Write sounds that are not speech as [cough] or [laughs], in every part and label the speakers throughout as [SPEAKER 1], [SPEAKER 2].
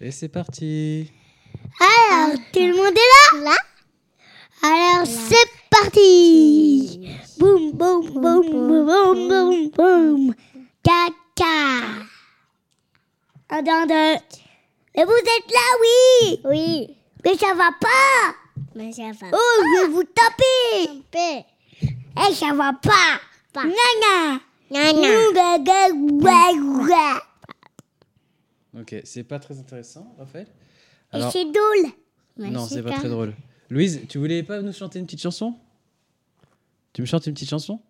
[SPEAKER 1] Et c'est parti
[SPEAKER 2] Alors, tout le monde est Ah. là Là Alors, c'est parti Boum, boum, boum, boum, boum, boum, boum Caca Un, deux, un, deux Mais vous êtes là, oui
[SPEAKER 3] Oui,
[SPEAKER 2] Mais ça va pas
[SPEAKER 3] mais ça va
[SPEAKER 2] Oh, je vais vous taper
[SPEAKER 3] pomper.
[SPEAKER 2] Eh, ça va pas Mmh,
[SPEAKER 3] Pas.
[SPEAKER 2] Nana
[SPEAKER 3] Nana.
[SPEAKER 2] bah,
[SPEAKER 1] Ok, c'est pas très intéressant, Raphaël
[SPEAKER 2] Et
[SPEAKER 1] Alors,
[SPEAKER 2] c'est drôle
[SPEAKER 1] non, c'est pas
[SPEAKER 3] Magica.
[SPEAKER 1] très drôle. Louise, tu voulais pas nous chanter une petite chanson Tu me chantes une petite chanson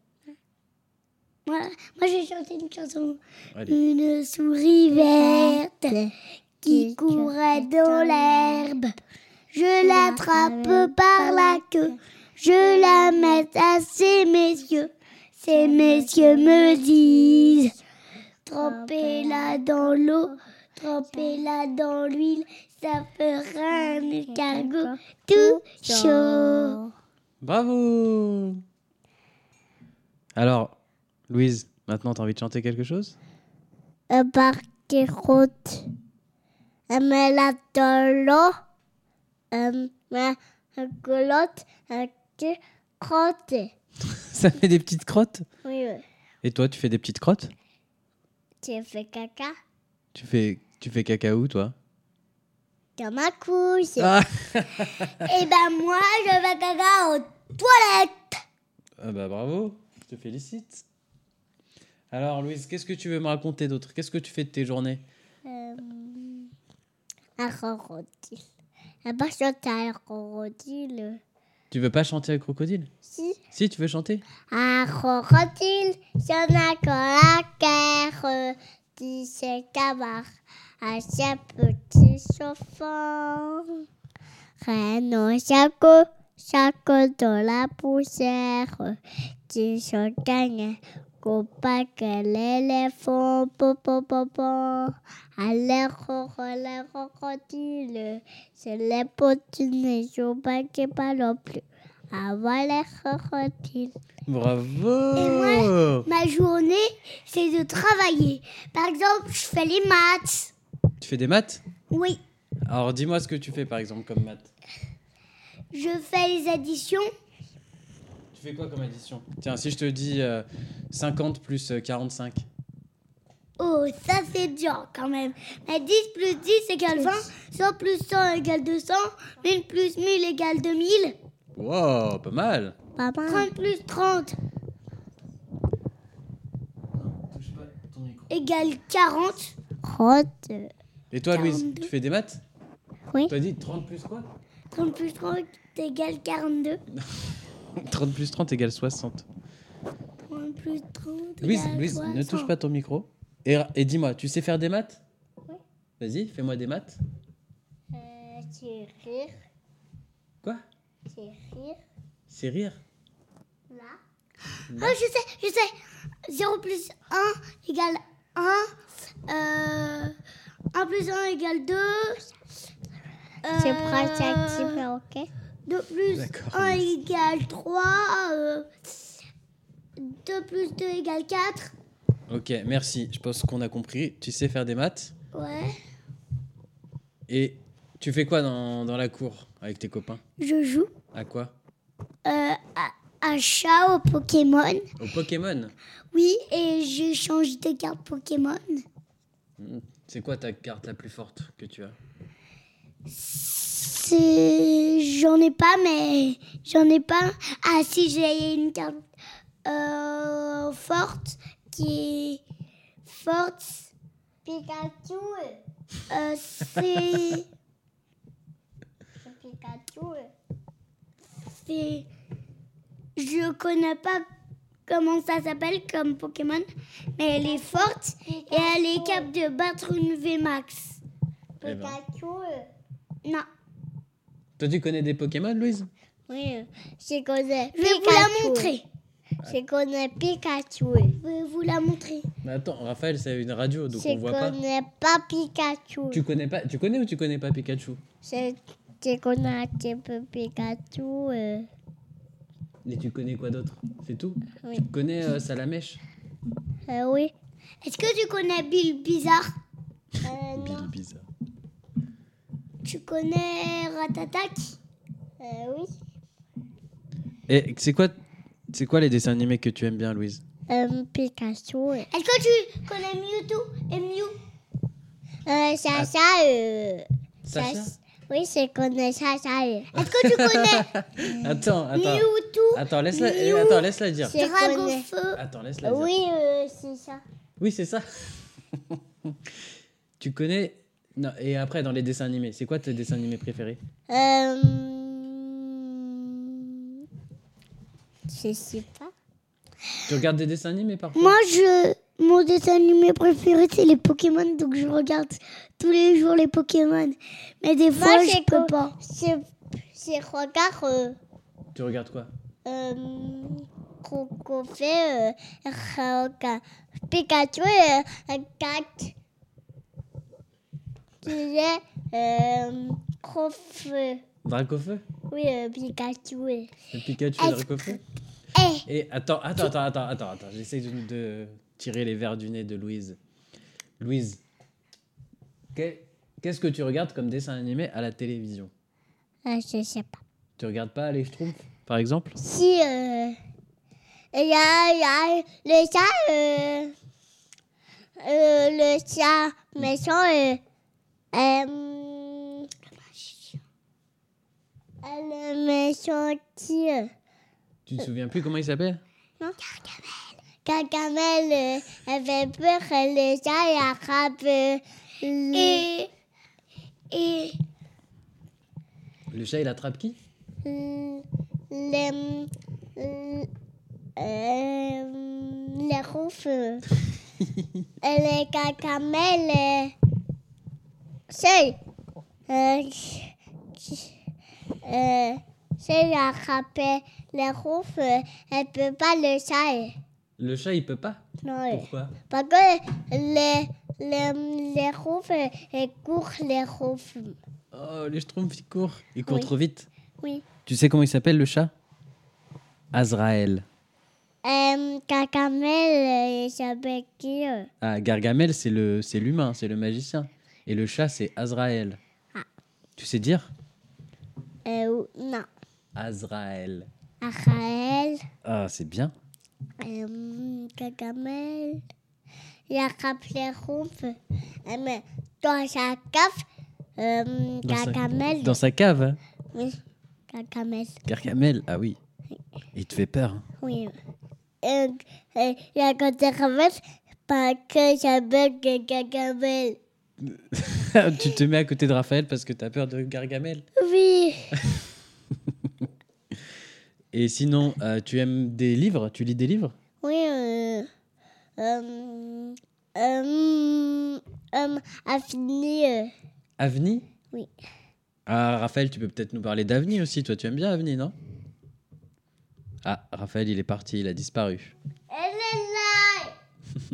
[SPEAKER 2] Moi, moi j'ai chanté une chanson.
[SPEAKER 1] Allez.
[SPEAKER 2] Une souris verte qui
[SPEAKER 3] qui
[SPEAKER 2] courait
[SPEAKER 3] courait
[SPEAKER 2] dans
[SPEAKER 3] dans
[SPEAKER 2] l'herbe. Je l'attrape par la queue. Je la mets à ses messieurs. Ces messieurs me disent Trempez-la dans l'eau, trempez-la dans l'huile, ça fera un escargot tout chaud.
[SPEAKER 1] Bravo Alors, Louise, maintenant, t'as envie de chanter quelque chose
[SPEAKER 3] Un parquet route. Un la de l'eau. Un met un culotte. Un qui crotte. Oui,
[SPEAKER 1] [laughs] Ça fait des petites crottes
[SPEAKER 3] oui.
[SPEAKER 1] Et toi, tu fais des petites crottes
[SPEAKER 3] J'ai fait caca
[SPEAKER 1] Tu fais, tu fais caca où, toi
[SPEAKER 3] dans ma couche.
[SPEAKER 1] ah,
[SPEAKER 2] Et ben moi, je vais caca aux toilettes.
[SPEAKER 1] Ah bah bravo, je te félicite. Alors, Louise, qu'est-ce que tu veux me raconter d'autre Qu'est-ce que tu fais de tes journées
[SPEAKER 3] Euh, un crocodile. Un bachelot à un crocodile.
[SPEAKER 1] Tu veux pas chanter avec Crocodile
[SPEAKER 3] Si.
[SPEAKER 1] Si, tu veux chanter
[SPEAKER 3] Un crocodile, j'en ai que la guerre, dit ses camarades à ses petits enfants. Renaud chaco, chaco dans la poussière, qui se gagne, copain que l'éléphant, po po po po. Allez, roro, les crocodiles, c'est les potines, ils sont pas qui parlent plus. Ah voilà, crocodile.
[SPEAKER 1] Bravo
[SPEAKER 2] Ma journée, c'est de travailler. Par exemple, je fais les maths.
[SPEAKER 1] Tu fais des maths
[SPEAKER 2] Oui,
[SPEAKER 1] Alors, dis-moi ce que tu fais, par exemple, comme maths.
[SPEAKER 2] je fais les additions.
[SPEAKER 1] Tu fais quoi comme addition Tiens, si je te dis euh, 50 plus euh, 45.
[SPEAKER 2] Oh, ça c'est dur quand même. Mais 10 plus 10 égale 20, 100 plus 100 égale 200, 1000 plus 1000 égale 2000,
[SPEAKER 1] Wow, pas mal
[SPEAKER 3] Pas mal.
[SPEAKER 2] 30 plus 30
[SPEAKER 1] Touche pas ton micro.
[SPEAKER 2] égale 40.
[SPEAKER 3] Crotte.
[SPEAKER 1] Et toi, Louise, tu fais des maths
[SPEAKER 3] Oui.
[SPEAKER 1] Tu as dit 30 plus [laughs] quoi
[SPEAKER 2] 30 plus 30 égale 42.
[SPEAKER 1] 30 plus 30 égale 60.
[SPEAKER 2] 30 plus 30
[SPEAKER 1] Louise,
[SPEAKER 2] égale
[SPEAKER 1] Louise, ne
[SPEAKER 2] 300.
[SPEAKER 1] touche pas ton micro. Et, et dis-moi, tu sais faire des maths Vas-y, fais-moi des maths.
[SPEAKER 3] Euh, c'est rire,
[SPEAKER 1] Quoi
[SPEAKER 3] c'est rire.
[SPEAKER 1] C'est rire
[SPEAKER 3] Là.
[SPEAKER 2] Ah, je sais, je sais. 0 plus 1 égale 1. Euh, 1 plus 1 égale euh, 2.
[SPEAKER 3] C'est prêt, c'est activé, ok
[SPEAKER 2] 2 plus
[SPEAKER 1] D'accord.
[SPEAKER 2] 1 égale 3. 2 euh, plus 2 égale 4.
[SPEAKER 1] Ok, merci. Je pense qu'on a compris. Tu sais faire des maths.
[SPEAKER 2] Ouais.
[SPEAKER 1] Et tu fais quoi dans, dans la cour avec tes copains
[SPEAKER 2] Je joue
[SPEAKER 1] À quoi
[SPEAKER 2] euh, à, à chat au Pokémon.
[SPEAKER 1] Au Pokémon
[SPEAKER 2] Oui, et je change de carte Pokémon.
[SPEAKER 1] C'est quoi ta carte la plus forte que tu as
[SPEAKER 2] C'est... J'en ai pas, mais j'en ai pas. Ah si, j'ai une carte euh, forte qui est forte.
[SPEAKER 3] Pikachu.
[SPEAKER 2] Euh, c'est...
[SPEAKER 3] Pikachu.
[SPEAKER 2] c'est... Je connais pas comment ça s'appelle comme Pokémon, mais elle est forte et elle est capable de battre une VMAX.
[SPEAKER 1] Eh ben.
[SPEAKER 3] Pikachu.
[SPEAKER 2] Non,
[SPEAKER 1] Toi, tu connais des Pokémon, Louise
[SPEAKER 3] Oui, euh, je connais
[SPEAKER 2] je vais vous la montrer.
[SPEAKER 3] Je connais Pikachu.
[SPEAKER 2] Je vais vous la montrer.
[SPEAKER 1] Mais attends, Raphaël, c'est une radio, donc on
[SPEAKER 3] je
[SPEAKER 1] voit pas.
[SPEAKER 3] connais pas, Pikachu.
[SPEAKER 1] Tu connais pas Tu connais ou tu connais pas Pikachu
[SPEAKER 3] Je, je connais un petit peu Pikachu. euh,
[SPEAKER 1] Et tu connais quoi d'autre C'est tout
[SPEAKER 3] Oui.
[SPEAKER 1] Tu connais euh, Salamèche
[SPEAKER 3] euh, oui.
[SPEAKER 2] Est-ce que tu connais Bill Bizarre
[SPEAKER 3] Euh, non.
[SPEAKER 1] Bizarre.
[SPEAKER 3] connais Ratatak Euh, oui.
[SPEAKER 1] Et c'est quoi, c'est quoi les dessins animés que tu aimes bien, Louise
[SPEAKER 3] Euh, Pikachu. Euh,
[SPEAKER 2] Est-ce que tu connais Mewtwo et Mew
[SPEAKER 3] Sacha. euh, Sacha- Oui, je connais Sacha. euh.
[SPEAKER 2] Est-ce que tu connais
[SPEAKER 1] Attends, [laughs] attends.
[SPEAKER 2] Mewtwo
[SPEAKER 1] Attends, laisse-la
[SPEAKER 2] Miou.
[SPEAKER 1] euh, attends, laisse-la dire.
[SPEAKER 3] Je connais.
[SPEAKER 2] Dragofeu
[SPEAKER 1] Attends, laisse-la dire.
[SPEAKER 3] Oui, euh, c'est ça.
[SPEAKER 1] Oui, c'est ça. [laughs] tu connais. Non, et après, dans les dessins animés, c'est quoi tes dessins animés préférés
[SPEAKER 3] Euh... Je sais pas.
[SPEAKER 1] Tu regardes des dessins animés parfois
[SPEAKER 2] Moi, je, mon dessin animé préféré, c'est les Pokémon, donc je regarde tous les jours les Pokémon. Mais des fois,
[SPEAKER 3] Moi,
[SPEAKER 2] je
[SPEAKER 3] c'est
[SPEAKER 2] peux
[SPEAKER 3] que-
[SPEAKER 2] pas.
[SPEAKER 3] Je, je regarde euh,
[SPEAKER 1] Tu regardes quoi
[SPEAKER 3] euh, qu'on qu'on fait euh, regarde Pikachu et euh, Cat. Tu es euh, prof. euh,
[SPEAKER 1] Dracofeu
[SPEAKER 3] Oui, euh, Pikachu. euh.
[SPEAKER 1] Le Pikachu et
[SPEAKER 2] Est-ce-
[SPEAKER 1] Dracofeu
[SPEAKER 2] Eh,
[SPEAKER 1] Et attends, attends, attends, attends, attends, attends. J'essaie de, de tirer les verres du nez de Louise. Louise, que- qu'est-ce que tu regardes comme dessin animé à la télévision
[SPEAKER 3] Ah, je sais pas.
[SPEAKER 1] Tu regardes pas les Schtroumpfs, par exemple
[SPEAKER 3] Si euh, il y a, il y a le chat, euh, euh, le chat méchant, euh, euh, euh, le méchant qui, euh,
[SPEAKER 1] Tu te souviens plus comment il s'appelle
[SPEAKER 3] Gargamel, euh, elle fait peur, euh, le chat il attrape euh, le,
[SPEAKER 2] et, et,
[SPEAKER 1] Le chat, il attrape qui
[SPEAKER 3] le, le, le- euh, les roues, euh,
[SPEAKER 2] [laughs]
[SPEAKER 3] Et les cacamelles, euh, c'est. Euh, euh, c'est la râpée. Les roues, euh, elle peut pas le chat.
[SPEAKER 1] Le chat, il peut pas
[SPEAKER 3] Non. euh,
[SPEAKER 1] Pourquoi
[SPEAKER 3] Parce que les, les, les roues, euh, elles courent les roues.
[SPEAKER 1] Oh, les schtroumpfs, ils courent. Ils courent
[SPEAKER 3] Oui.
[SPEAKER 1] trop vite.
[SPEAKER 3] Oui.
[SPEAKER 1] Tu sais comment il s'appelle le chat Azrael.
[SPEAKER 3] Euh, cacamelle, euh, il s'appelle qui euh,
[SPEAKER 1] Ah, Gargamel, c'est le, c'est l'humain, c'est le magicien. Et le chat, c'est Azrael.
[SPEAKER 3] Ah.
[SPEAKER 1] Tu sais dire
[SPEAKER 3] euh, ou- Non.
[SPEAKER 1] Azrael.
[SPEAKER 3] Araël.
[SPEAKER 1] Ah, c'est bien.
[SPEAKER 3] Euh, Gargamel, il attrape les roumpes. Euh, mais dans sa cave, euh,
[SPEAKER 1] Dans sa-
[SPEAKER 3] Gargamel,
[SPEAKER 1] Dans sa cave. hein.
[SPEAKER 3] oui, Gargamel,
[SPEAKER 1] Gargamel, ah oui. Il te fait peur. hein.
[SPEAKER 3] oui. Euh, euh, il y a Gargamel parce que j'appelle que Gargamel.
[SPEAKER 1] hein. [laughs] tu te mets à côté de Raphaël parce que t'as peur de Gargamel.
[SPEAKER 3] Oui,
[SPEAKER 1] [laughs] Et sinon, euh, tu aimes des livres Tu lis des livres
[SPEAKER 3] oui, euh, euh, euh, euh, a fini, euh,
[SPEAKER 1] Avni
[SPEAKER 3] Oui.
[SPEAKER 1] Ah, Raphaël, tu peux peut-être nous parler d'Avni aussi. Toi, tu aimes bien Avni, non Ah, Raphaël, il est parti, il a disparu.
[SPEAKER 3] elle est là.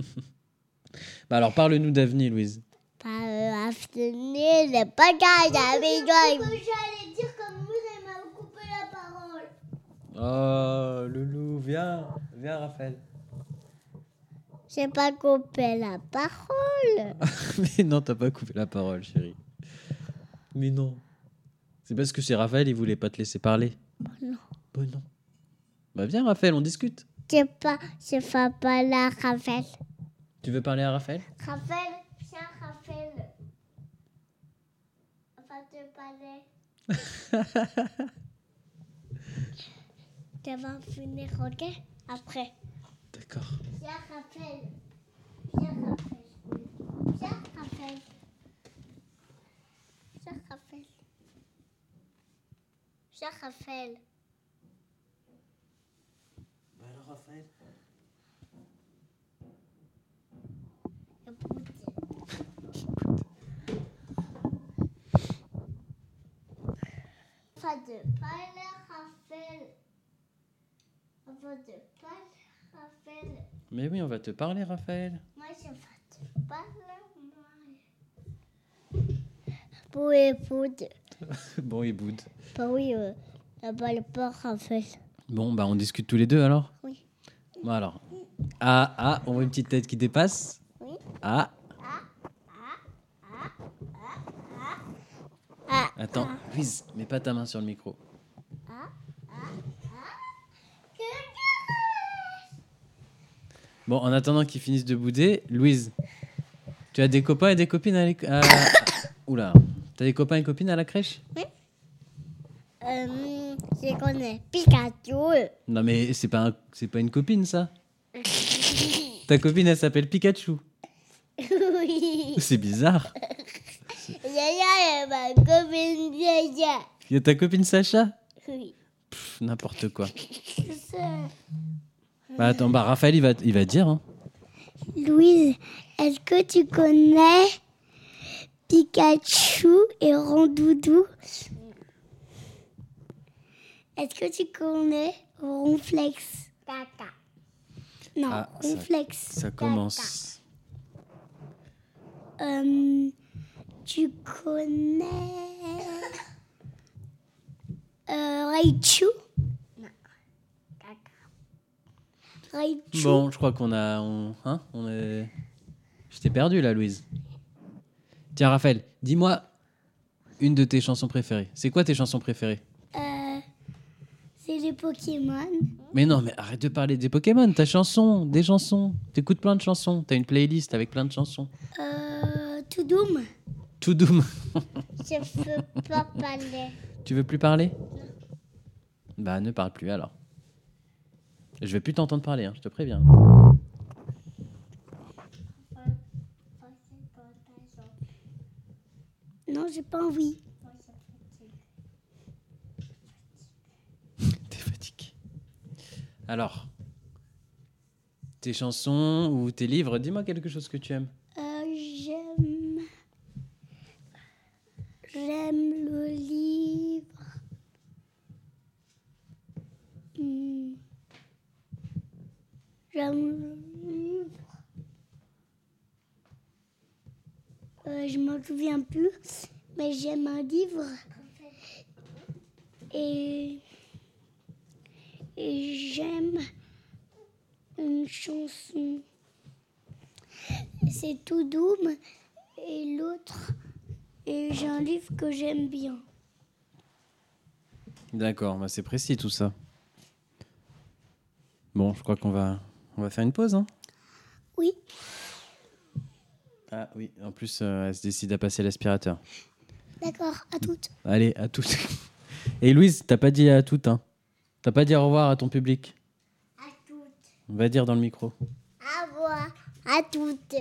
[SPEAKER 1] [laughs] Bah alors, parle-nous d'Avni, Louise.
[SPEAKER 3] Pas euh, a fini le bagage avec toi.
[SPEAKER 2] j'allais dire comme Mew, elle m'a coupé la parole.
[SPEAKER 1] Oh, loulou, viens, viens, Raphaël.
[SPEAKER 3] J'ai pas coupé la parole.
[SPEAKER 1] [laughs] Mais non, t'as pas coupé la parole, chérie. Mais non. C'est parce que c'est Raphaël, il voulait pas te laisser parler.
[SPEAKER 3] non.
[SPEAKER 1] Bah non. Bah viens, Raphaël, on discute.
[SPEAKER 3] J'ai pas, j'ai pas pas la Raphaël.
[SPEAKER 1] Tu veux parler à Raphaël
[SPEAKER 3] Raphaël, viens Raphaël. On va te [laughs] parler. tu vas finir, ok Après.
[SPEAKER 1] D'accord.
[SPEAKER 3] Viens Raphaël. Viens Raphaël. Viens Raphaël. Viens Raphaël. Viens Raphaël.
[SPEAKER 1] Bah alors, Raphaël.
[SPEAKER 3] Pas de pâle, Raphaël. Pas de pâle, Raphaël.
[SPEAKER 1] Mais oui, on va te parler, Raphaël.
[SPEAKER 3] Moi, je vais te parler, moi. Pour écouter.
[SPEAKER 1] bon, il boude.
[SPEAKER 3] Bah oui, euh, la balle pas, Raphaël.
[SPEAKER 1] Bon, bah on discute tous les deux alors
[SPEAKER 3] Oui.
[SPEAKER 1] Bon alors. Ah, ah, on voit une petite tête qui dépasse
[SPEAKER 3] Oui.
[SPEAKER 1] Ah,
[SPEAKER 3] Ah,
[SPEAKER 1] Attends, Louise, mets pas ta main sur le micro. Bon, en attendant qu'ils finissent de bouder, Louise, tu as des copains et des copines à [coughs] l'école Oula, t'as des copains et copines à la crèche
[SPEAKER 3] Euh, je connais [laughs] Pikachu.
[SPEAKER 1] Non mais c'est pas, un- c'est pas une copine ça Ta copine elle s'appelle Pikachu.
[SPEAKER 3] Oui.
[SPEAKER 1] C'est bizarre.
[SPEAKER 3] Yaya est ma copine [laughs] Yaya.
[SPEAKER 1] Il y a ta copine Sacha
[SPEAKER 3] Oui.
[SPEAKER 1] Pff, N'importe quoi.
[SPEAKER 3] Ça.
[SPEAKER 1] Bah attends, bah Raphaël il va, il va dire. hein.
[SPEAKER 2] Louise, est-ce que tu connais Pikachu et Rondoudou Est-ce que tu connais Ronflex
[SPEAKER 3] Tata.
[SPEAKER 2] Non,
[SPEAKER 1] Ah, ça-
[SPEAKER 2] Ronflex.
[SPEAKER 1] Ça commence.
[SPEAKER 2] Euh, tu connais euh, Raichu
[SPEAKER 3] Tata.
[SPEAKER 2] Raichu.
[SPEAKER 1] Bon, je crois qu'on a... On, hein, on est... Je t'ai perdu là Louise. Tiens Raphaël, dis-moi une de tes chansons préférées. C'est quoi tes chansons préférées
[SPEAKER 2] Euh, c'est les Pokémon.
[SPEAKER 1] Mais non, mais arrête de parler des Pokémon, ta chanson, des chansons. T'écoutes plein de chansons, t'as une playlist avec plein de chansons.
[SPEAKER 2] Euh, Toudoum.
[SPEAKER 1] Tout doom.
[SPEAKER 3] Je peux pas parler.
[SPEAKER 1] Tu veux plus parler Bah ne parle plus alors. Je vais plus t'entendre parler, hein, je te préviens.
[SPEAKER 2] Non, j'ai pas envie.
[SPEAKER 1] [laughs] T'es fatigué. Alors, tes chansons ou tes livres, dis-moi quelque chose que tu aimes.
[SPEAKER 2] Euh, j'aime. J'aime le livre. Hmm. J'aime le livre. Euh, je m'en souviens plus, mais j'aime un livre. Et, et j'aime une chanson c'est tout Doom et l'autre et j'ai un livre que j'aime bien.
[SPEAKER 1] D'accord, bah c'est précis tout ça. Bon, je crois qu'on va, on va faire une pause. Hein
[SPEAKER 2] Oui.
[SPEAKER 1] ah oui, en plus, euh, elle se décide à passer l'aspirateur.
[SPEAKER 2] D'accord, à toutes.
[SPEAKER 1] Allez, à toutes. [laughs] Et Louise, t'as pas dit à toutes, hein T'as pas dit au revoir à ton public
[SPEAKER 3] À toutes.
[SPEAKER 1] On va dire dans le micro.
[SPEAKER 3] À moi. À toutes.